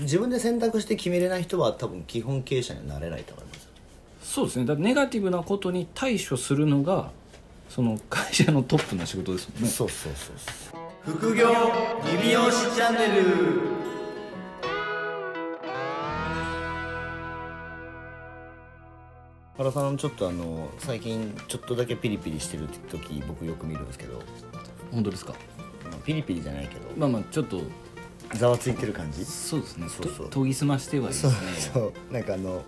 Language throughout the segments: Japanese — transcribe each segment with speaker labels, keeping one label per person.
Speaker 1: 自分で選択して決めれない人は多分基本経営者にはなれないと思います
Speaker 2: そうですねだからネガティブなことに対処するのがその 会社のトップの仕事ですもんね
Speaker 1: そうそうそうそう副業リビオシチャンネル原さんちょっとあの最近ちょっとだけピリピリしてる時僕よく見るんですけど
Speaker 2: 本当ですか
Speaker 1: まあピリピリじゃないけど
Speaker 2: まあまあちょっと
Speaker 1: ざわついてる感じ
Speaker 2: そうですね
Speaker 1: そうそう
Speaker 2: と研ぎ澄ましてはいいです
Speaker 1: そう
Speaker 2: ね
Speaker 1: そうなんかあの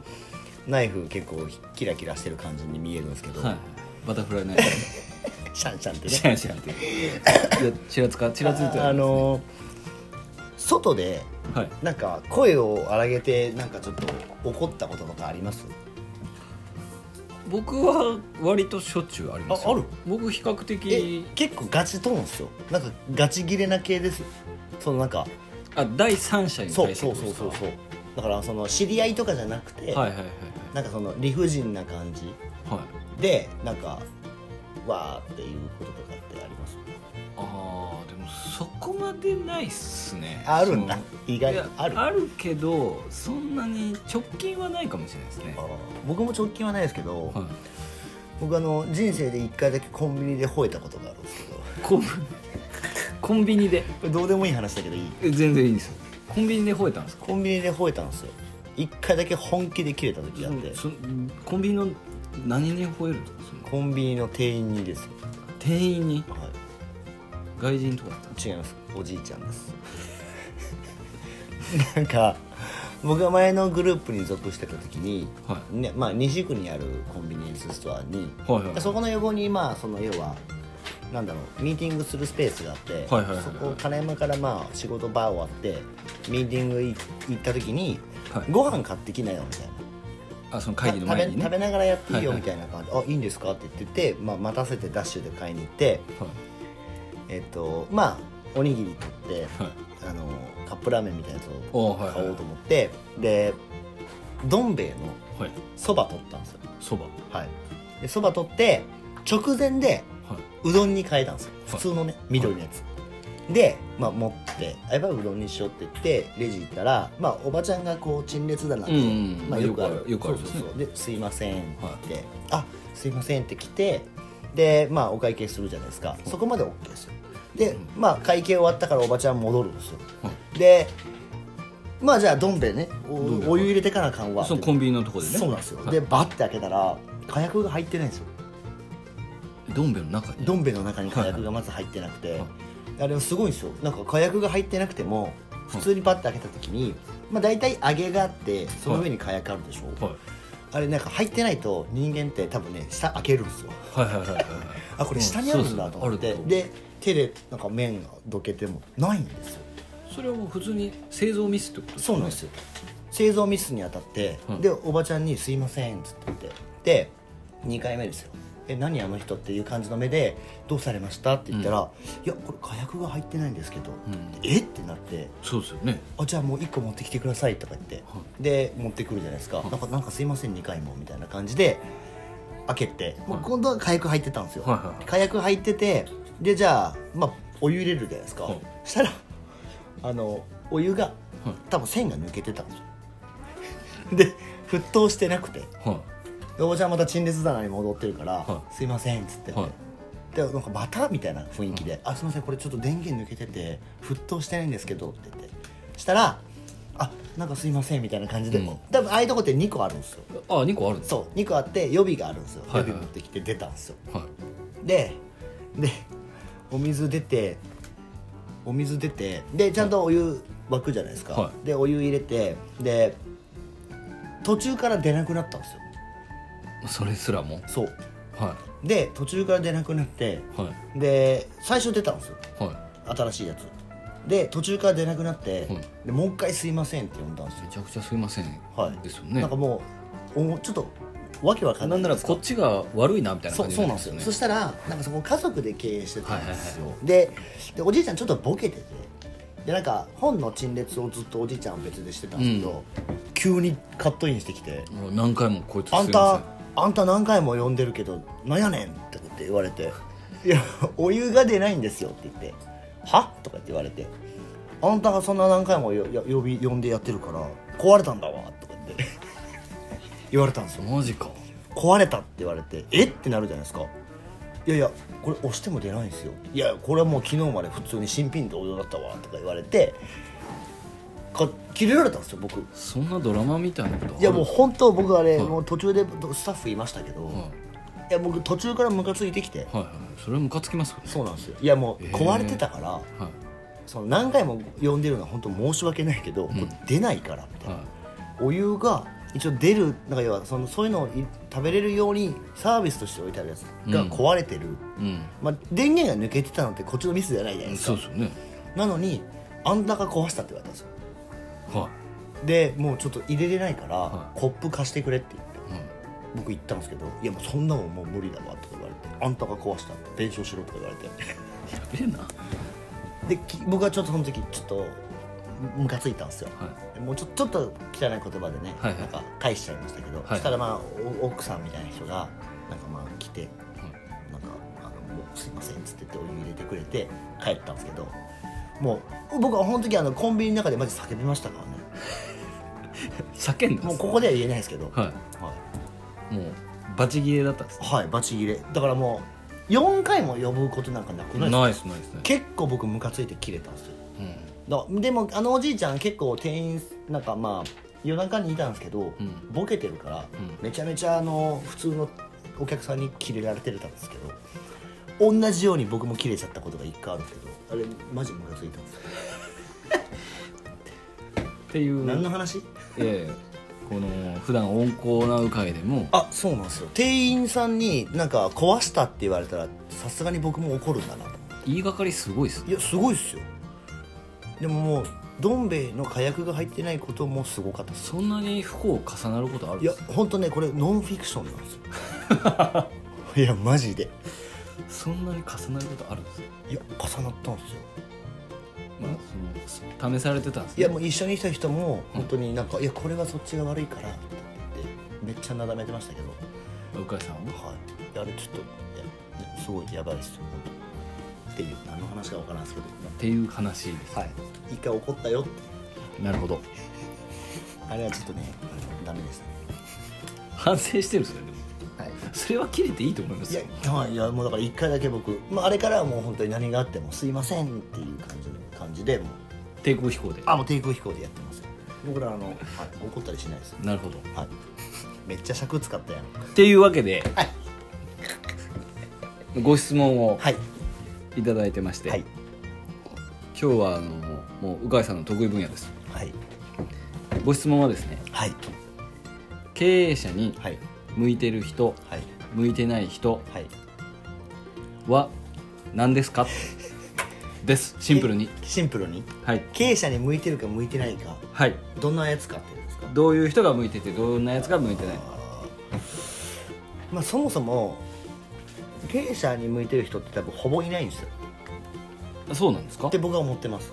Speaker 1: ナイフ結構キラキラしてる感じに見えるんですけど、
Speaker 2: はいバタフライナイ
Speaker 1: シ ャンシャンって
Speaker 2: フ
Speaker 1: ね
Speaker 2: シャンシャンっていやちらつかちらついて
Speaker 1: あ
Speaker 2: は
Speaker 1: あ
Speaker 2: います
Speaker 1: の外で
Speaker 2: ねはい
Speaker 1: なんか声を荒げてなんかちょっと怒ったこととかあります
Speaker 2: 僕は割としょっちゅうありますよ
Speaker 1: あある
Speaker 2: 僕比較
Speaker 1: え
Speaker 2: 的
Speaker 1: 結構ガチトーンですよなんかガチ切れな系ですよそのなんか
Speaker 2: あ第三者に
Speaker 1: そう
Speaker 2: 対し
Speaker 1: そ
Speaker 2: てで
Speaker 1: う
Speaker 2: す
Speaker 1: そうそう
Speaker 2: か
Speaker 1: そうだからその知り合いとかじゃなくて、
Speaker 2: はいはいはい
Speaker 1: なんかその理不尽な感じ
Speaker 2: はいはい
Speaker 1: でなんかわーっていうこととかってあります
Speaker 2: ああでもそこまでないっすね
Speaker 1: あるんだ
Speaker 2: その
Speaker 1: 意外
Speaker 2: い
Speaker 1: と
Speaker 2: や
Speaker 1: ある
Speaker 2: あるけどそんなに直近はないかもしれないですね
Speaker 1: あー僕も直近はないですけど、
Speaker 2: はい
Speaker 1: 僕あの人生で1回だけコンビニで吠えたことがあるんですけ ど
Speaker 2: コン コンビニで
Speaker 1: これどうでもいい話だけどいい
Speaker 2: え全然いいんですよコンビニで吠えたんですか
Speaker 1: コンビニで吠えたんですよ一回だけ本気で切れた時があって
Speaker 2: そコンビニの何に吠えるんですかその
Speaker 1: コンビニの店員にですよ、
Speaker 2: 店員に
Speaker 1: は
Speaker 2: 外人とかだったんで
Speaker 1: い、違いますおじいちゃんです なんか僕が前のグループに属してた時に、
Speaker 2: は
Speaker 1: ねまあ、西区にあるコンビニエンスストアに、
Speaker 2: すかはいはい
Speaker 1: でそこの横にまあその要はなんだろうミーティングするスペースがあって、
Speaker 2: はいはいはいはい
Speaker 1: そこ金山からまあ仕事場終わってミーティングい行った時に、
Speaker 2: はい
Speaker 1: ご飯買ってきなよみたいな
Speaker 2: あその会議の
Speaker 1: た
Speaker 2: 前
Speaker 1: 食べ
Speaker 2: にね
Speaker 1: 食べながらやっていいよ
Speaker 2: はいはい
Speaker 1: みたいな感じで「あいいんですか?」って言ってて、まあ、待たせてダッシュで買いに行って
Speaker 2: はい
Speaker 1: えっとまあおにぎり取って
Speaker 2: はい
Speaker 1: あのカップラーメンみたいなやつ
Speaker 2: お
Speaker 1: を
Speaker 2: ーはいはい
Speaker 1: 買おうと思って、でどん兵衛の
Speaker 2: はい
Speaker 1: そば取ったんですよ
Speaker 2: そばは
Speaker 1: はいでそば取って直前でうどんに変えたんですよ普通のね緑のやつで、まあ、持ってあやっぱりうどんにしようって言ってレジ行ったら、まあ、おばちゃんがこう陳列だなんて、
Speaker 2: うんうんうん
Speaker 1: まあ、よくある
Speaker 2: よくあるよくある
Speaker 1: そうそうそうですいませんって言って「あすいません」って来てで、まあ、お会計するじゃないですかそこまで OK ですよで、まあ、会計終わったからおばちゃん戻るんですよ
Speaker 2: は
Speaker 1: でまあじゃあどん兵衛ねお
Speaker 2: ん兵衛
Speaker 1: お湯入れてから買うわ
Speaker 2: い
Speaker 1: って
Speaker 2: そのコンビニのとこでね
Speaker 1: そうなんですよ
Speaker 2: はい
Speaker 1: でバッて開けたら火薬が入ってないんですよ
Speaker 2: どん兵衛の中に
Speaker 1: どん兵衛の中に火薬がまず入ってなくて、あれすごいんですよなんか火薬が入ってなくても普通にパッて開けた時に、まあ、大体揚げがあってその上に火薬あるでしょ、
Speaker 2: は
Speaker 1: あれなんか入ってないと人間って多分ね下開けるんですよ
Speaker 2: いはいはいはいはいはい
Speaker 1: あこれ下にあるんだと思って、
Speaker 2: うんそうそうある
Speaker 1: で
Speaker 2: と思う
Speaker 1: 手でなんか麺がどけてもないんですよ
Speaker 2: それはもう普通に製造ミスってことです
Speaker 1: そうなんですよ製造ミスに当たって、
Speaker 2: うん
Speaker 1: でおばちゃんに「すいません」っつって言ってで2回目ですよ「え何あの人」っていう感じの目で「どうされました?」って言ったら「いやこれ火薬が入ってないんですけど」
Speaker 2: ん
Speaker 1: えってなって
Speaker 2: そうですよね
Speaker 1: あじゃあもう1個持ってきてくださいとか言って、で持ってくるじゃないですか、なんかなんかすいません2回もみたいな感じで開けて、もう今度は火薬入ってたんですよ、
Speaker 2: はいはい
Speaker 1: 火薬入っててでじゃあ、まあ、お湯入れるじゃないですか、
Speaker 2: はい
Speaker 1: したらあのお湯が多分線が抜けてたんですよで沸騰してなくて
Speaker 2: は
Speaker 1: でおばちゃんまた陳列棚に戻ってるから「
Speaker 2: は
Speaker 1: すいません」っつって、
Speaker 2: は
Speaker 1: でなんかまたみたいな雰囲気で「あすいませんこれちょっと電源抜けてて沸騰してないんですけど」って言ってしたら「あなんかすいません」みたいな感じで、
Speaker 2: うん
Speaker 1: 多分ああいうとこって2個あるんですよ
Speaker 2: いあ二2個あるんです
Speaker 1: そう2個あって予備があるんですよ、
Speaker 2: はいはい
Speaker 1: 予備持ってきて出たんですよ
Speaker 2: はい
Speaker 1: ででお水出てお水出てでちゃんとお湯沸くじゃないですか、
Speaker 2: は
Speaker 1: でお湯入れてで途中から出なくなったんですよ
Speaker 2: それすらも
Speaker 1: そう
Speaker 2: は
Speaker 1: で途中から出なくなって
Speaker 2: いは
Speaker 1: で最初出たんですよ
Speaker 2: いはい
Speaker 1: 新しいやつで途中から出なくなって、
Speaker 2: はい
Speaker 1: でもう一回「すいません」って呼んだんですよ
Speaker 2: めちゃくちゃすいません、
Speaker 1: はい
Speaker 2: ですよね
Speaker 1: なんかもうおちょっとわけわかんな
Speaker 2: ないんならこっちが悪いなみたいな
Speaker 1: そう
Speaker 2: 感じ
Speaker 1: そう
Speaker 2: に
Speaker 1: なん
Speaker 2: な
Speaker 1: ですよ、
Speaker 2: りま
Speaker 1: そ
Speaker 2: すよね
Speaker 1: したらなんかそこ家族で経営してたんですよ、ででおじいちゃんちょっとボケててでなんか本の陳列をずっとおじいちゃんは別でしてたんですけど、急にカットインしてきて
Speaker 2: もう何回もこい
Speaker 1: 「
Speaker 2: つすいま
Speaker 1: あ
Speaker 2: せ
Speaker 1: ん
Speaker 2: ん
Speaker 1: たあんた何回も呼んでるけどなんやねん」ってこと言われて「いやお湯が出ないんですよ」って言って「は?」とかって言われてあんたがそんな何回もよよ呼び呼んでやってるから壊れたんだわとか言って言われたんですよ
Speaker 2: マジか
Speaker 1: 壊れたって言われてえってなるじゃないですかいやいやこれ押しても出ないんですよいやこれはもう昨日まで普通に新品同様だったわとか言われてか切れられたんですよ僕
Speaker 2: そんなドラマみたいなことある
Speaker 1: いやもう本当僕あれ、
Speaker 2: はい
Speaker 1: もう途中でスタッフいましたけど、
Speaker 2: はい
Speaker 1: い、や僕途中からムカついてきて、
Speaker 2: はいはいそれはムカつきますよね
Speaker 1: そうなんですよいやもう
Speaker 2: えー
Speaker 1: 壊れてたから、
Speaker 2: は
Speaker 1: その何回も呼んでるのは本当申し訳ないけど、
Speaker 2: ん
Speaker 1: これ出ないからみたい
Speaker 2: い
Speaker 1: な、
Speaker 2: は
Speaker 1: お湯が一応出るなんか要はそのそういうのをい食べれるようにサービスとして置いてあるやつが壊れてる、
Speaker 2: いうん
Speaker 1: まあ、電源が抜けてたのってこっちのミスじゃないじゃないです
Speaker 2: そう
Speaker 1: か
Speaker 2: ですよね
Speaker 1: なのにあんたが壊したって言われたんですよ
Speaker 2: は
Speaker 1: でもうちょっと入れれないから、
Speaker 2: は
Speaker 1: コップ貸してくれって言って
Speaker 2: いはい
Speaker 1: 僕言ったんですけど「いやもうそんなもんもう無理だわ」とか言われて「あんたが壊したって弁償しろ」とか言われて
Speaker 2: やべえなは
Speaker 1: でき僕はちょっとその時ちょっとムカついたんですよ、もうちょちょっと汚い言葉でね、
Speaker 2: はいはい
Speaker 1: なんか返しちゃいましたけど、
Speaker 2: い
Speaker 1: そしたらまあお奥さんみたいな人がなんかまあ来て
Speaker 2: いはい
Speaker 1: なんかあのもうすいませんっつって言ってお湯入れてくれて帰ったんですけどもう僕は本当にあのコンビニの中でマジ叫びましたからね
Speaker 2: 叫んだん
Speaker 1: もう
Speaker 2: です
Speaker 1: ここでは言えないですけど
Speaker 2: は
Speaker 1: はい
Speaker 2: もうバチ切れだったんですね
Speaker 1: い、はい、バチ切れだからもう4回も呼ぶことなんかなくないですか
Speaker 2: ないですないですね
Speaker 1: 結構僕ムカついて切れたんですよ
Speaker 2: うん
Speaker 1: だでもあのおじいちゃん結構店員なんかまあ夜中にいたんですけど、
Speaker 2: うん
Speaker 1: ボケてるから、
Speaker 2: うん
Speaker 1: めちゃめちゃあの普通のお客さんにキレられてたんですけど同じように僕もキレちゃったことが一回あるんですけどあれマジムカついたんですよ、
Speaker 2: っていう
Speaker 1: 何の話
Speaker 2: ええこの普段温厚なう会でも
Speaker 1: あそうなんですよ店員さんになんか壊したって言われたらさすがに僕も怒るんだなと
Speaker 2: 言いがかりすごいっすね
Speaker 1: いやすごいっすよでももうどん兵衛の火薬が入ってないこともすごかったです
Speaker 2: そんなに不幸重なることあるん
Speaker 1: いや
Speaker 2: ですね
Speaker 1: 本当ねこれノンフィクションなんですよ いやマジで
Speaker 2: そんなに重なることあるんですね
Speaker 1: いや重なったんですよ
Speaker 2: まあその試されてたんです
Speaker 1: い
Speaker 2: ね
Speaker 1: やもう一緒にいた人も本当になんか、いやこれはそっちが悪いからって言ってめっちゃなだめてましたけど、
Speaker 2: うかいさんは
Speaker 1: はい、いやあれちょっといやねすごいやばいですよ本当っていう何の話かわからんすけど、
Speaker 2: っていう話です
Speaker 1: はい、一回怒ったよって
Speaker 2: なるほど
Speaker 1: あれはちょっとねあのダメですね
Speaker 2: 反省してるんですよねでも
Speaker 1: はい
Speaker 2: それは切れていいと思いま
Speaker 1: い
Speaker 2: すよ
Speaker 1: やはいいやもうだから一回だけ僕、まあ、あれからはもう本当に何があっても「すいません」っていう感じの感じでもう
Speaker 2: 低空飛行で
Speaker 1: あもう低空飛行でやってます僕らあの、はい、怒ったりしないです
Speaker 2: なるほど
Speaker 1: はい めっちゃ尺使ったやん
Speaker 2: っていうわけで、
Speaker 1: はい
Speaker 2: ご質問を
Speaker 1: はい
Speaker 2: いただいてまして、
Speaker 1: はい
Speaker 2: 今日はあのもう鵜飼さんの得意分野です
Speaker 1: はい
Speaker 2: ご質問はですね
Speaker 1: はい
Speaker 2: 経営者に
Speaker 1: はい
Speaker 2: 向いてる人
Speaker 1: はい
Speaker 2: 向いてない人
Speaker 1: はい
Speaker 2: は何ですかですシンプルに
Speaker 1: えシンプルに
Speaker 2: はい
Speaker 1: 経営者に向いてるか向いてないか
Speaker 2: はい
Speaker 1: どんなやつかっていうんですか
Speaker 2: どういう人が向いててどんなやつが向いてない
Speaker 1: まあそもそも経営者に向いてる人って多分ほぼいないんですよ
Speaker 2: あそうなんですか
Speaker 1: って僕は思ってます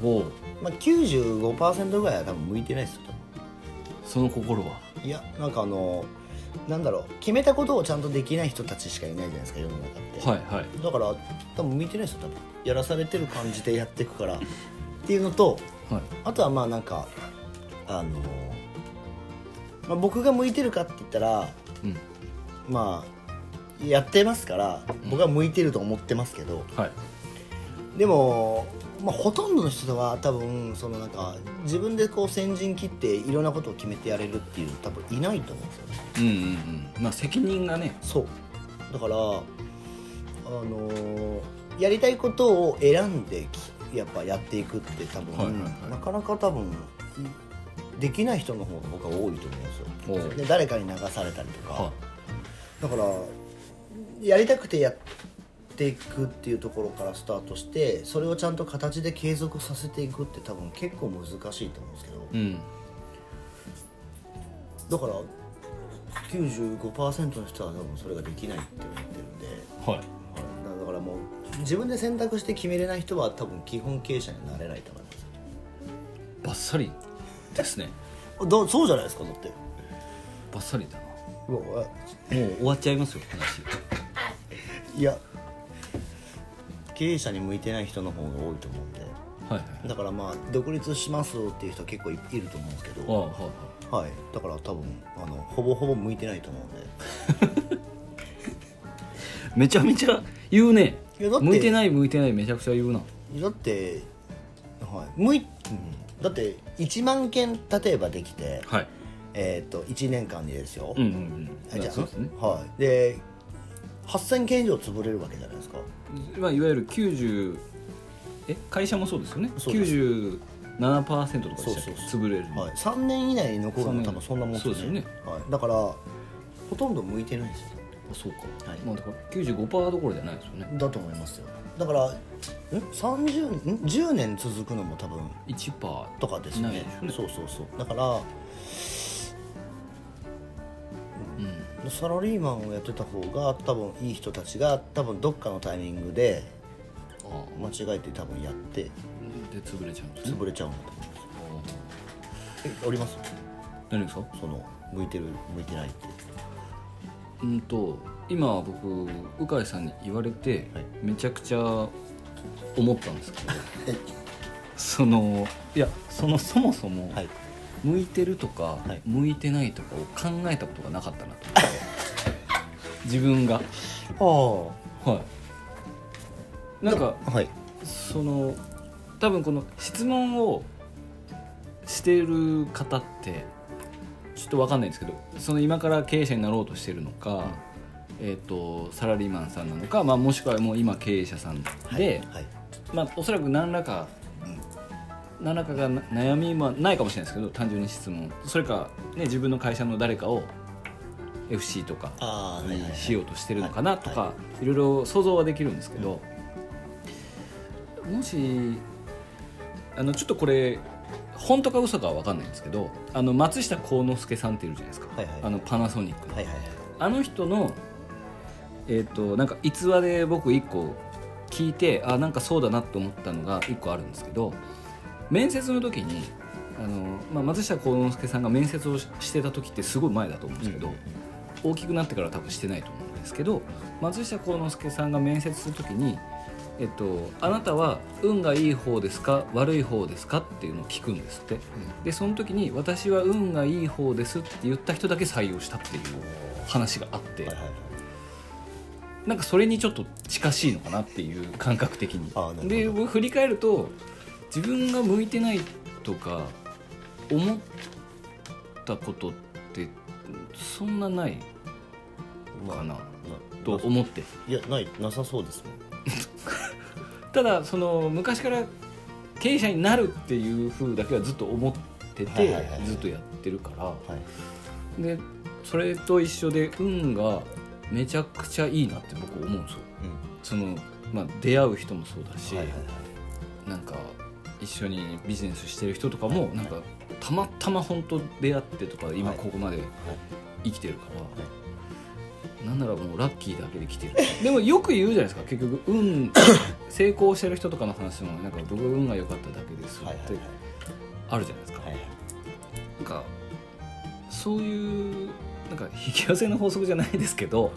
Speaker 2: おう
Speaker 1: まあ95%ぐらいは多分向いてないですよ多分
Speaker 2: その心はい
Speaker 1: やなんかあのなんだろう決めたことをちゃんとできない人たちしかいないじゃないですか世の中って、
Speaker 2: はいはい
Speaker 1: だから多分向いてないですよ多分やらされてる感じでやっていくからっていうのと
Speaker 2: はい
Speaker 1: あとはまあなんかあの、まあ、僕が向いてるかって言ったら
Speaker 2: うん
Speaker 1: まあやってますから僕は向いてると思ってますけど、
Speaker 2: はい
Speaker 1: でも、まあ、ほとんどの人は多分そのなんか自分でこう先陣切っていろんなことを決めてやれるっていう多分いないと思うんですよね
Speaker 2: うんうんうんまあ責任がね
Speaker 1: そうだからあのーやりたいことを選んできやっぱやっていくって多分、
Speaker 2: はいはいはい
Speaker 1: なかなか多分できない人の方が僕は多いと思う
Speaker 2: お
Speaker 1: んですよ
Speaker 2: う
Speaker 1: で誰かに流されたりとか、
Speaker 2: は
Speaker 1: だからやりたくてやっていくっていうところからスタートしてそれをちゃんと形で継続させていくって多分結構難しいと思うんですけど、
Speaker 2: うん
Speaker 1: だから95%の人は多分それができないって思ってるんで、
Speaker 2: はい
Speaker 1: はいだからもう自分で選択して決めれない人は多分基本経営者になれないと思います
Speaker 2: バッサリですね
Speaker 1: だそうじゃないですかだって
Speaker 2: バッサリだな
Speaker 1: うわ
Speaker 2: もう終わっちゃいますよ話
Speaker 1: いや経営者に向いてない人の方が多いと思うんで
Speaker 2: はいはい
Speaker 1: だからまあ独立しますっていう人結構いいると思うんですけ
Speaker 2: ああ
Speaker 1: ど、
Speaker 2: はいはい
Speaker 1: はい、だから多分あのほぼほぼ向いてないと思うんで
Speaker 2: めちゃめちゃ言うね
Speaker 1: いやだって
Speaker 2: 向いてない向いてないめちゃくちゃ言うな
Speaker 1: だって、はい向いうんだって1万件例えばできて、
Speaker 2: はい
Speaker 1: えー、と1年間でですよ、
Speaker 2: うんうんう
Speaker 1: あ
Speaker 2: ん
Speaker 1: じゃあ
Speaker 2: そうですね、
Speaker 1: はい、で8000件以上潰れるわけじゃないですか
Speaker 2: まあ、いわゆる90え会社もそうですよね
Speaker 1: そうです
Speaker 2: 97%とかでしたっ
Speaker 1: そ
Speaker 2: け
Speaker 1: うそうそう
Speaker 2: 潰れるの
Speaker 1: はい、3年以内に残るの
Speaker 2: 三年
Speaker 1: 多分そんなもん
Speaker 2: そうですよね
Speaker 1: はい、だからほとんど向いてないんですよ
Speaker 2: あそうか、
Speaker 1: はい
Speaker 2: まあ、だから95%どころじゃないですよね
Speaker 1: だと思いますよだからん30ん10年続くのも多分
Speaker 2: 1%
Speaker 1: とかですよ
Speaker 2: ない
Speaker 1: ね
Speaker 2: ですね
Speaker 1: そうそうそうだから
Speaker 2: うん
Speaker 1: サラリーマンをやってた方が多分いい人たちが多分どっかのタイミングで
Speaker 2: ああ
Speaker 1: 間違えて多分やって
Speaker 2: で潰れちゃうんですね
Speaker 1: 潰れちゃうんだと思いますえあります
Speaker 2: ああ何ですか
Speaker 1: その向いてる向いてないって
Speaker 2: うんと今僕鵜飼さんに言われて、
Speaker 1: はい
Speaker 2: めちゃくちゃ思ったんですけどそのいやそのそもそも、
Speaker 1: はい
Speaker 2: 向いてるとか、
Speaker 1: はい
Speaker 2: 向いてないとかを考えたことがなかったな と思って自分が
Speaker 1: あ
Speaker 2: はいなんか
Speaker 1: あはい
Speaker 2: その多分この質問をしている方ってちょっと分かんないんですけどその今から経営者になろうとしてるのか、えー、とサラリーマンさんなのか、まあ、もしくはもう今経営者さんで、
Speaker 1: はい
Speaker 2: まあ、おそらく何らか何らかがな悩みはないかもしれないですけど単純に質問それか、ね、自分の会社の誰かを FC とか
Speaker 1: ああはいはいはい
Speaker 2: しようとしてるのかなとか、
Speaker 1: はい
Speaker 2: いろいろ想像はできるんですけど、もしあのちょっとこれ本当か嘘かは分かんないんですけどあの松下幸之助さんっているじゃないですか、
Speaker 1: はいはい
Speaker 2: あのパナソニックの、
Speaker 1: はいはいはい
Speaker 2: あの人の、えー、となんか逸話で僕一個聞いてあなんかそうだなと思ったのが一個あるんですけど面接の時にあの、まあ、松下幸之助さんが面接をししてた時ってすごい前だと思うんですけど、大きくなってから多分してないと思うんですけど松下幸之助さんが面接する時に、えっと「あなたは運がいい方ですか悪い方ですか?」っていうのを聞くんですってでその時に「私は運がいい方です」って言った人だけ採用したっていう話があって
Speaker 1: はいはいはい
Speaker 2: なんかそれにちょっと近しいのかなっていう感覚的に
Speaker 1: あーなるほど
Speaker 2: で僕振り返ると自分が向いてないとか思ったことってそんなないかなと
Speaker 1: まあ
Speaker 2: 思って
Speaker 1: いやないなさそうですもん
Speaker 2: ただその昔から経営者になるっていうふうだけはずっと思ってて、
Speaker 1: はいはいはい
Speaker 2: ずっとやってるから
Speaker 1: はい
Speaker 2: でそれと一緒で運がめちゃくちゃいいなって僕思うんですよ
Speaker 1: うん
Speaker 2: その、まあ、出会う人もそうだし、
Speaker 1: はいはいはい
Speaker 2: なんか一緒にビジネスしてる人とかもなんかたまたま本当出会ってとか今
Speaker 1: はい
Speaker 2: ここまで生きてるから、なんならもうラッキーだけで来 てるでもよく言うじゃないですか結局運成功してる人とかの話もなんか僕は運が良かっただけですっ
Speaker 1: はいはいはい
Speaker 2: てあるじゃないですか、
Speaker 1: はいはい
Speaker 2: なんかそういうなんか引き寄せの法則じゃないですけど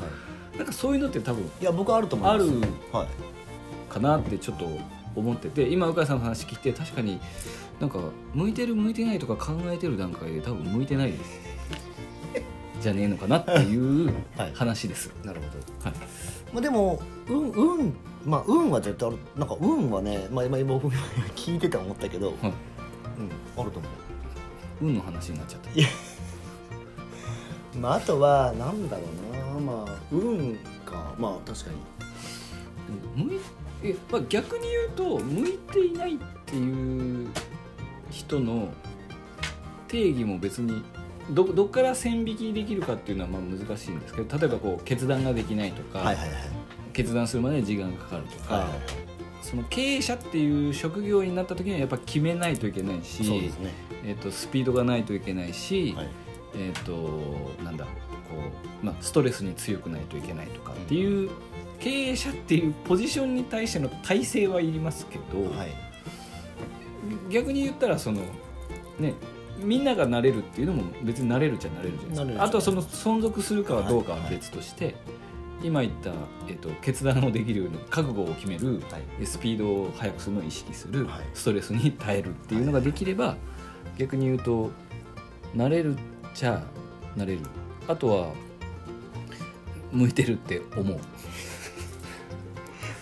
Speaker 2: なんかそういうのって多分
Speaker 1: いや僕あると思い
Speaker 2: あ
Speaker 1: ます
Speaker 2: る
Speaker 1: はい
Speaker 2: かなってちょっと思ってて今鵜飼さんの話聞いて確かになんか向いてる向いてないとか考えてる段階で多分向いてないですじゃねえのかなっていう
Speaker 1: はい
Speaker 2: 話です、
Speaker 1: なるほど
Speaker 2: はい
Speaker 1: まあ、でも運運まあ運は絶対あるなんか運はね、まあ、今今僕 聞いてて思ったけど、
Speaker 2: はい
Speaker 1: うんあると思
Speaker 2: 運の話になっちゃった
Speaker 1: いやう、まあ、あとはなんだろうなまあ運かまあ確かに
Speaker 2: 向いえ、まあ、逆に言うと向いていないっていう人の定義も別にどどっから線引きできるかっていうのはまあ難しいんですけど例えばこう決断ができないとか、
Speaker 1: はいはいはい
Speaker 2: 決断するまでに時間がかかるとか、
Speaker 1: はいはいはい
Speaker 2: その経営者っていう職業になった時にはやっぱ決めないといけないし、
Speaker 1: そうですね
Speaker 2: えっとスピードがないといけないし、
Speaker 1: はい
Speaker 2: えっとなんだこう、まあ、ストレスに強くないといけないとかっていう、経営者っていうポジションに対しての体制はいりますけど、
Speaker 1: はい
Speaker 2: 逆に言ったらそのねみんながなれるっていうのも別になれるっちゃなれるじゃな
Speaker 1: な
Speaker 2: いで
Speaker 1: れ
Speaker 2: す
Speaker 1: る
Speaker 2: かあとはその存続するかはどうか
Speaker 1: は
Speaker 2: はい別として、今言った、えっと決断をできるように覚悟を決める、
Speaker 1: はい
Speaker 2: えスピードを速くするのを意識する、
Speaker 1: はい
Speaker 2: ストレスに耐えるっていうのができれば、逆に言うと慣れるっちゃ慣れるあとは向いてるって思う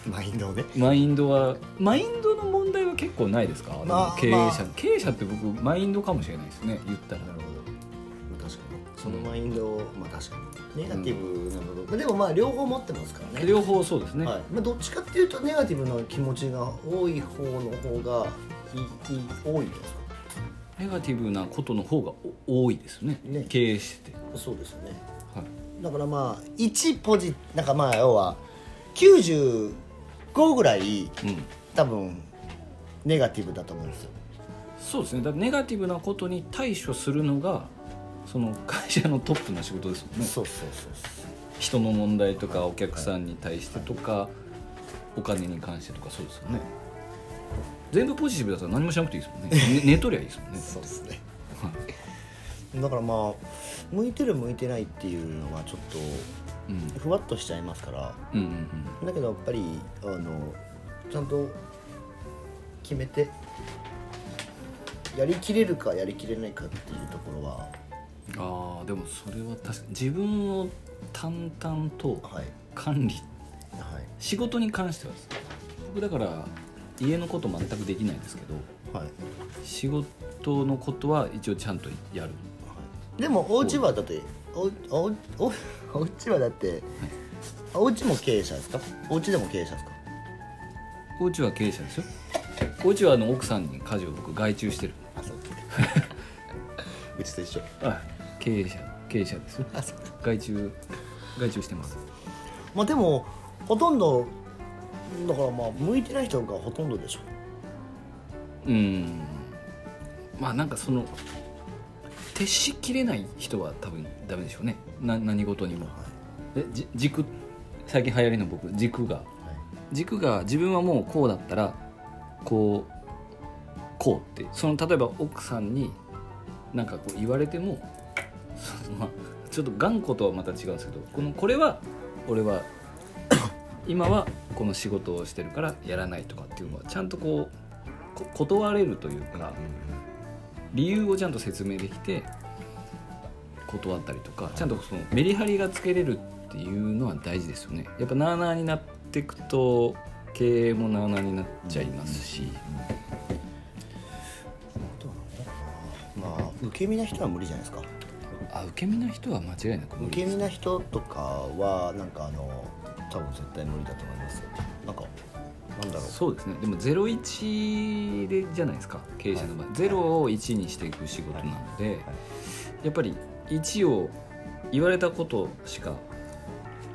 Speaker 1: マインドをね
Speaker 2: マインドはマインドの問題は結構ないですか、でも
Speaker 1: まあ
Speaker 2: 経営者、
Speaker 1: まあ
Speaker 2: 経営者って僕マインドかもしれないですね言ったら
Speaker 1: なるほどまあ確かにそのマインドをまあ確かにネガティブなこと、まあでもまあ両方持ってますからね
Speaker 2: 両方そうですね、
Speaker 1: はいまあ、どっちかっていうとネガティブな気持ちが多い方の方がいいい多いんですか
Speaker 2: ネガティブなことの方がお多いですね
Speaker 1: ね
Speaker 2: 経営してて、
Speaker 1: そうですよね
Speaker 2: はい、
Speaker 1: だからまあ1ポジなんかまあ要は95ぐらい
Speaker 2: うん、
Speaker 1: 多分ネガティブだと思うんですよ
Speaker 2: そうですねだからネガティブなことに対処するのがその会社のトップな仕事ですもんね
Speaker 1: そうそうそうそう
Speaker 2: 人の問題とかお客さんに対してとかお金に関してとかそうですよね全部ポジティブだったら何もしなくていいですも んねね寝とりゃいいですもんね
Speaker 1: そうですね
Speaker 2: はい
Speaker 1: だからまあ向いてる向いてないっていうのはちょっ
Speaker 2: うん
Speaker 1: とふわっとしちゃいますから
Speaker 2: うんうんうん
Speaker 1: だけどやっぱりあのちゃんと決めてやりきれるかやりきれないかっていうところは
Speaker 2: ああでもそれは確かに自分を淡々と
Speaker 1: はい
Speaker 2: 管理
Speaker 1: はい
Speaker 2: 仕事に関してはです僕だから家のこと全くできないですけど
Speaker 1: はい、は
Speaker 2: 仕事のことは一応ちゃんとやる
Speaker 1: い、でもお家はだっておおお お家はだってお家も経営者ですかお家でも経営者ですか
Speaker 2: お家は経営者ですよお家はあの奥さんに家事を僕外注してる
Speaker 1: あ そううちと一緒
Speaker 2: 経営者経営者ですよ
Speaker 1: あそう
Speaker 2: 外注外注してます
Speaker 1: まあでもほとんどだからまあ向いてない人がほとんどでしょ
Speaker 2: うんまあなんかその徹しきれない人は多分ダメでしょうねな何事にもでじ軸最近流行りの僕軸が
Speaker 1: はい
Speaker 2: 軸が自分はもうこうだったらこうこうってその例えば奥さんになんかこう言われてもそのまあちょっと頑固とはまた違うんですけどこのこれは俺は 今はこの仕事をしてるからやらないとかっていうのはちゃんとこうこ断れるというか理由をちゃんと説明できて断ったりとかちゃんとそのメリハリがつけれるっていうのは大事ですよねやっぱなあなあになっていくと経営もなあなあになっちゃいますし、
Speaker 1: どうなんだろうなまあ受け身な人は無理じゃないですか
Speaker 2: あ受け身な人は間違いなく無
Speaker 1: 受
Speaker 2: 理
Speaker 1: け
Speaker 2: です
Speaker 1: 身な人とかはなんかあの多分絶対無理だと思いますよなんかなんだろう
Speaker 2: そうですねでも01でじゃないですか経営者の場合、ゼロを1にしていく仕事なので、やっぱり1を言われたことしか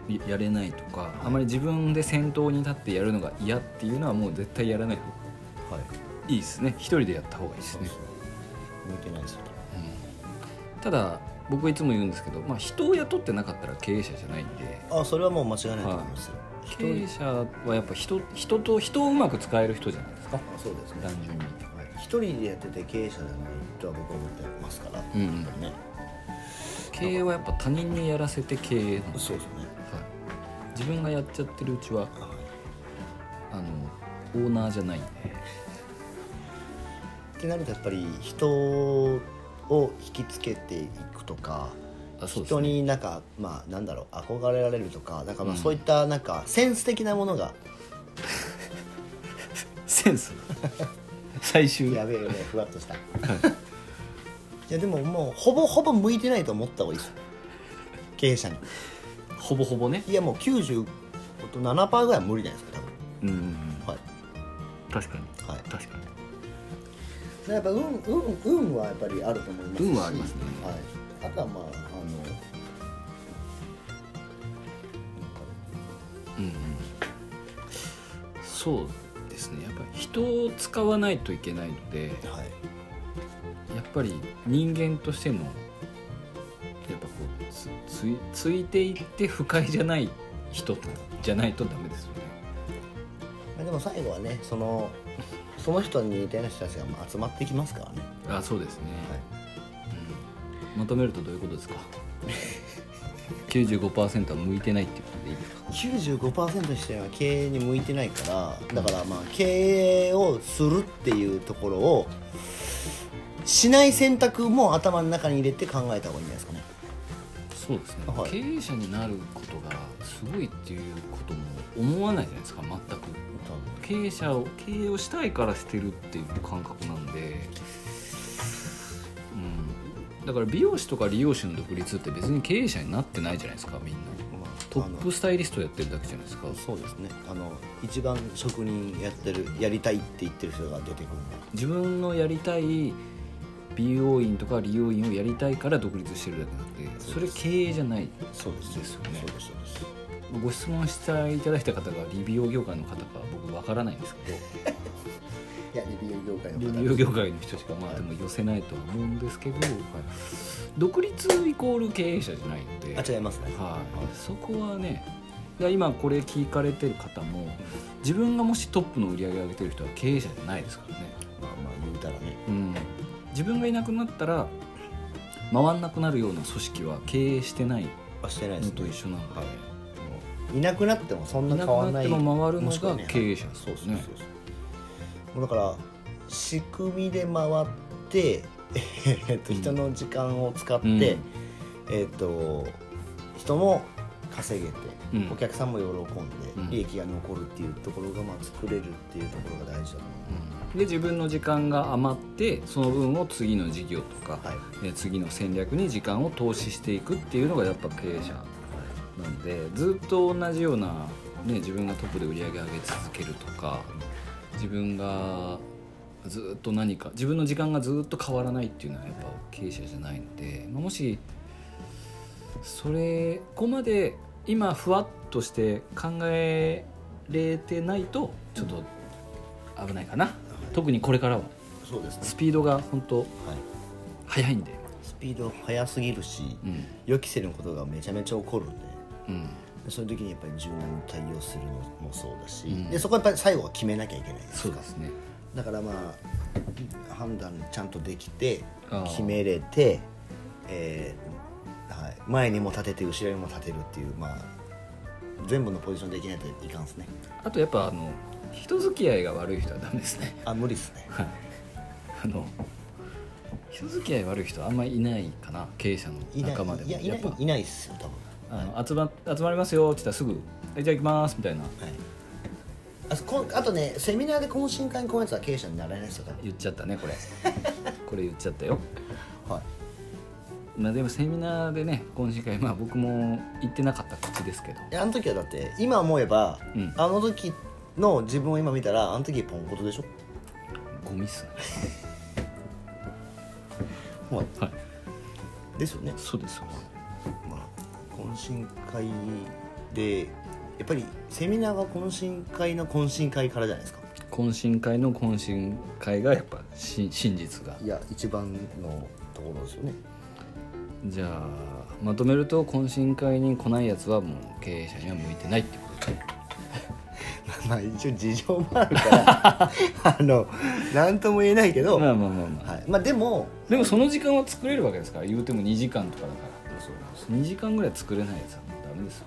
Speaker 2: ややれないとか、あまり自分で先頭に立ってやるのが嫌っていうのはもう絶対やらない方が
Speaker 1: はい
Speaker 2: いいですね一人でやった方がいいです
Speaker 1: そう
Speaker 2: ね
Speaker 1: そう向いてないですよ
Speaker 2: ただ僕いつも言うんですけど、まあ、人を雇ってなかったら経営者じゃないんで
Speaker 1: あそれはもう間違いないと思いますよ
Speaker 2: 経営者はやっぱ人人と人をうまく使える人じゃないですか
Speaker 1: あそうですね
Speaker 2: 単純に
Speaker 1: はい一人でやってて経営者じゃないとは僕は思ってますからやっぱ
Speaker 2: う
Speaker 1: り
Speaker 2: ん
Speaker 1: ね
Speaker 2: うん経営はやっぱ他人にやらせて経営なんです、
Speaker 1: そうですね
Speaker 2: はい、自分がやっちゃってるうちは
Speaker 1: はい
Speaker 2: あのオーナーじゃないんで
Speaker 1: ってなるとやっぱり人を引きつけていくとか
Speaker 2: あそうです
Speaker 1: 人
Speaker 2: ね
Speaker 1: になんかまあなんだろう憧れられるとかなんかま
Speaker 2: う
Speaker 1: あ
Speaker 2: ん
Speaker 1: そういったなんかセンス的なものが、
Speaker 2: セン ス最終
Speaker 1: やべえ よねふわっとしたいやでももうほぼほぼ向いてないと思った方がいいですよ経営者に
Speaker 2: ほぼほぼね
Speaker 1: いやもう97%ぐらいは無理じゃないですか
Speaker 2: うんうんうん
Speaker 1: 多分はい
Speaker 2: 確かに
Speaker 1: はいだか
Speaker 2: 確かに
Speaker 1: らやっぱ運運運はやっぱりあると思いますし
Speaker 2: 運はありますね
Speaker 1: はい、あとはまああの
Speaker 2: うんうん、そうですねやっぱり人を使わないといけないので
Speaker 1: はい
Speaker 2: やっぱり人間としてのやっぱこうつついついていって不快じゃない人じゃないとダメですよね
Speaker 1: まあでも最後はねそのその人に似たような人たちがまあ集まってきますからね、
Speaker 2: あそうですね、
Speaker 1: はい、
Speaker 2: まとめるとどういうことですか95%は向いてないっていうことでいいですか
Speaker 1: 95%の人は経営に向いてないからだからまあ経営をするっていうところをしない選択も頭の中に入れて考えた方がいいんじゃないですかね
Speaker 2: そうですね、
Speaker 1: はい
Speaker 2: 経営者になることがすごいっていうことも思わないじゃないですか全く経営者を経営をしたいからしてるっていう感覚なんで、うん、だから美容師とか理容師の独立って別に経営者になってないじゃないですかみんな
Speaker 1: まあ
Speaker 2: トップスタイリストやってるだけじゃないですか
Speaker 1: あのそうですねあの一番職人やってるやりたいって言ってる人が出てくるんで
Speaker 2: 自分のやりたい美容院とか理容院をやりたいから独立してるだけなんでそれ経営じゃない
Speaker 1: そうです
Speaker 2: ですよね
Speaker 1: そうですそうです
Speaker 2: ご質問していただいた方が理美容業界の方か僕わからないんですけど
Speaker 1: いやリビオ業界の
Speaker 2: リ
Speaker 1: 方
Speaker 2: ビュー業界の人しかまあでも寄せないとは思うんですけど、独立イコール経営者じゃないので、
Speaker 1: あ違いますね
Speaker 2: はい、そこはねいや今これ聞かれてる方も自分がもしトップの売り上げを上げてる人は経営者じゃないですからね、
Speaker 1: まあまあ言うたらね
Speaker 2: うん、自分がいなくなったら回んなくなるような組織は経営してない
Speaker 1: あしてないで
Speaker 2: の
Speaker 1: す
Speaker 2: と一緒なので、
Speaker 1: いなくなってもそん
Speaker 2: い
Speaker 1: な変
Speaker 2: なく
Speaker 1: わら
Speaker 2: な
Speaker 1: な
Speaker 2: っ
Speaker 1: い
Speaker 2: ても回るの
Speaker 1: もしくは
Speaker 2: が
Speaker 1: ね
Speaker 2: 経営者です
Speaker 1: そう
Speaker 2: よ
Speaker 1: そうそう
Speaker 2: ね
Speaker 1: そうもうだから仕組みで回って、 えっと
Speaker 2: うん
Speaker 1: 人の時間を使って、
Speaker 2: うん
Speaker 1: えっと人も稼げて、
Speaker 2: うん
Speaker 1: お客さんも喜
Speaker 2: うんん
Speaker 1: で利益が残るっていうところがまあ作れるっていうところが大事だと思
Speaker 2: で自分の時間が余ってその分を次の事業とか、
Speaker 1: う、はい
Speaker 2: えー次の戦略に時間を投資していくっていうのがやっぱ経営者なんでずっと同じような、ね、自分がトップで売り上げ上げ続けるとか自分がずっと何か自分の時間がずっと変わらないっていうのはやっぱ経営者じゃないので、まあもしそれここまで今ふわっとして考えれてないとちょっと危ないかな特にこれからは
Speaker 1: そうですね、
Speaker 2: スピードが本当
Speaker 1: はい、
Speaker 2: 速いんで。
Speaker 1: スピード速すぎるし、
Speaker 2: うん
Speaker 1: 予期せぬことがめちゃめちゃ起こるんで
Speaker 2: うん
Speaker 1: でそういう時にやっぱり柔軟に対応するのもそうだし、
Speaker 2: うん
Speaker 1: でそこはやっぱり最後は決めなきゃいけないです
Speaker 2: そうですね
Speaker 1: だからまあ判断ちゃんとできて
Speaker 2: あー
Speaker 1: 決めれて、えーはい、前にも立てて後ろにも立てるっていうまあ全部のポジションできないといかんですね
Speaker 2: あとやっぱあの人付き合いが悪い人はダメですね
Speaker 1: あ無理っすね
Speaker 2: はいあの人付き合い悪い人はあんまりいないかな経営者の
Speaker 1: いない
Speaker 2: 仲間でも
Speaker 1: いやいない
Speaker 2: っぱ
Speaker 1: いないっすよ多分
Speaker 2: あの集ま集まりますよって言ったらすぐ「えじゃあ行きます」みたいな
Speaker 1: はいあそこんあとねセミナーで懇親会に来ないやつは経営者になれないですよ多分
Speaker 2: 言っちゃったね これこれ言っちゃったよ
Speaker 1: はい
Speaker 2: まあでもセミナーでね懇親会まあ僕も行ってなかった口ですけど
Speaker 1: いやあの時はだって今思えば、
Speaker 2: うん
Speaker 1: あの時の自分を今見たらあの時ポンコツでしょ
Speaker 2: ゴミっすね
Speaker 1: はい
Speaker 2: はい
Speaker 1: ですよね
Speaker 2: そうですよ
Speaker 1: まあ懇親会でやっぱりセミナーは懇親会の懇親会からじゃないですか
Speaker 2: 懇親会の懇親会がやっぱ真真実が
Speaker 1: いや一番のところですよね
Speaker 2: じゃあまとめると懇親会に来ないやつはもう経営者には向いてないってことで
Speaker 1: まあ一応事情もあるから あの何とも言えないけど、
Speaker 2: まあまあまあまあ、
Speaker 1: はい、まあでも
Speaker 2: でもその時間は作れるわけですから言うても2時間とかだから
Speaker 1: そうなんです、
Speaker 2: 2時間ぐらい作れないやつはもうダメですよ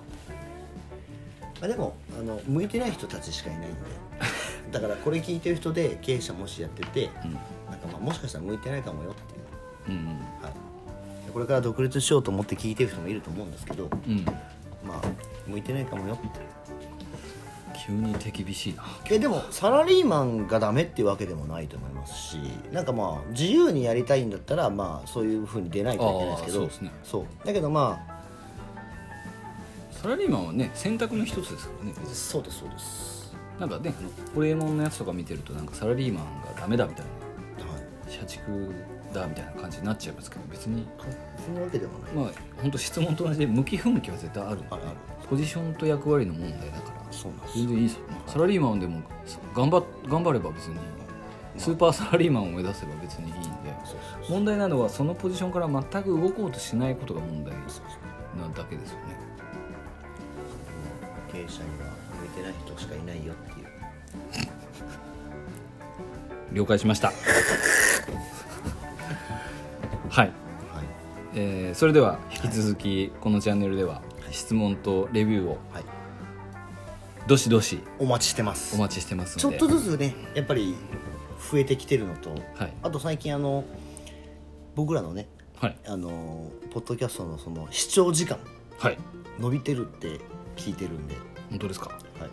Speaker 1: まあ、でもあの向いてない人たちしかいないんでだからこれ聞いてる人で経営者もしやってて、なんかまあもしかしたら向いてないかもよっていう、
Speaker 2: うんうん
Speaker 1: はい、これから独立しようと思って聞いてる人もいると思うんですけど
Speaker 2: うん、うん、
Speaker 1: まあ向いてないかもよっていう
Speaker 2: 急に手厳しいな
Speaker 1: えでもサラリーマンがダメっていうわけでもないと思いますしなんかまあ自由にやりたいんだったらまあそういうふうに出ないといけないですけど
Speaker 2: あーそうですね
Speaker 1: そうだけどま
Speaker 2: サラリーマンはね選択の一つですからね
Speaker 1: あ
Speaker 2: 別に
Speaker 1: そうですそうです、
Speaker 2: なんかねホレエモンのやつとか見てるとなんかサラリーマンがダメだみたいな
Speaker 1: はい、
Speaker 2: 社畜だみたいな感じになっちゃいますけど別に
Speaker 1: そんなわけでもない、
Speaker 2: まあ本当質問と同じで向き不向きは絶対あるんでね
Speaker 1: あるある
Speaker 2: ポジションと役割の問題だから
Speaker 1: そうなんです
Speaker 2: 全然いいですよねサラリーマンでも頑張っ頑張れば別にスーパーサラリーマンを目指せば別にいいんで
Speaker 1: そうそうそう
Speaker 2: 問題なのはそのポジションから全く動こうとしないことが問題
Speaker 1: そうそう
Speaker 2: なだけですよね
Speaker 1: 経営者には向いてない人しかいないよっていう
Speaker 2: 了解しました は
Speaker 1: は
Speaker 2: い
Speaker 1: い
Speaker 2: えーそれでは引き続きこのチャンネルでは質問とレビューを
Speaker 1: はい
Speaker 2: どしどし
Speaker 1: お待ちしてます
Speaker 2: お待ちしてます
Speaker 1: ちょ
Speaker 2: の
Speaker 1: っ
Speaker 2: で
Speaker 1: とずつねやっぱり増えてきてるのと
Speaker 2: はい
Speaker 1: あと最近あの僕らのね
Speaker 2: はい
Speaker 1: あのポッドキャストのその視聴時間
Speaker 2: はい
Speaker 1: 伸びてるって聞いてるんで、
Speaker 2: 本当ですか
Speaker 1: はい、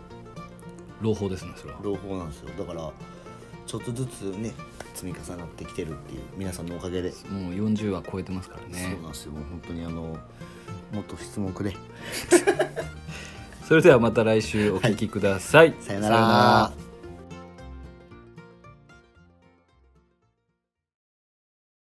Speaker 2: 朗報ですねそれは
Speaker 1: 朗報なんですよだからちょっとずつね積み重なってきてるっていう皆さんのおかげで、
Speaker 2: もう40は超えてますからね
Speaker 1: そうなんですよもう本当にあのもっと質問くれ
Speaker 2: それではまた来週お聞きください、
Speaker 1: さよなら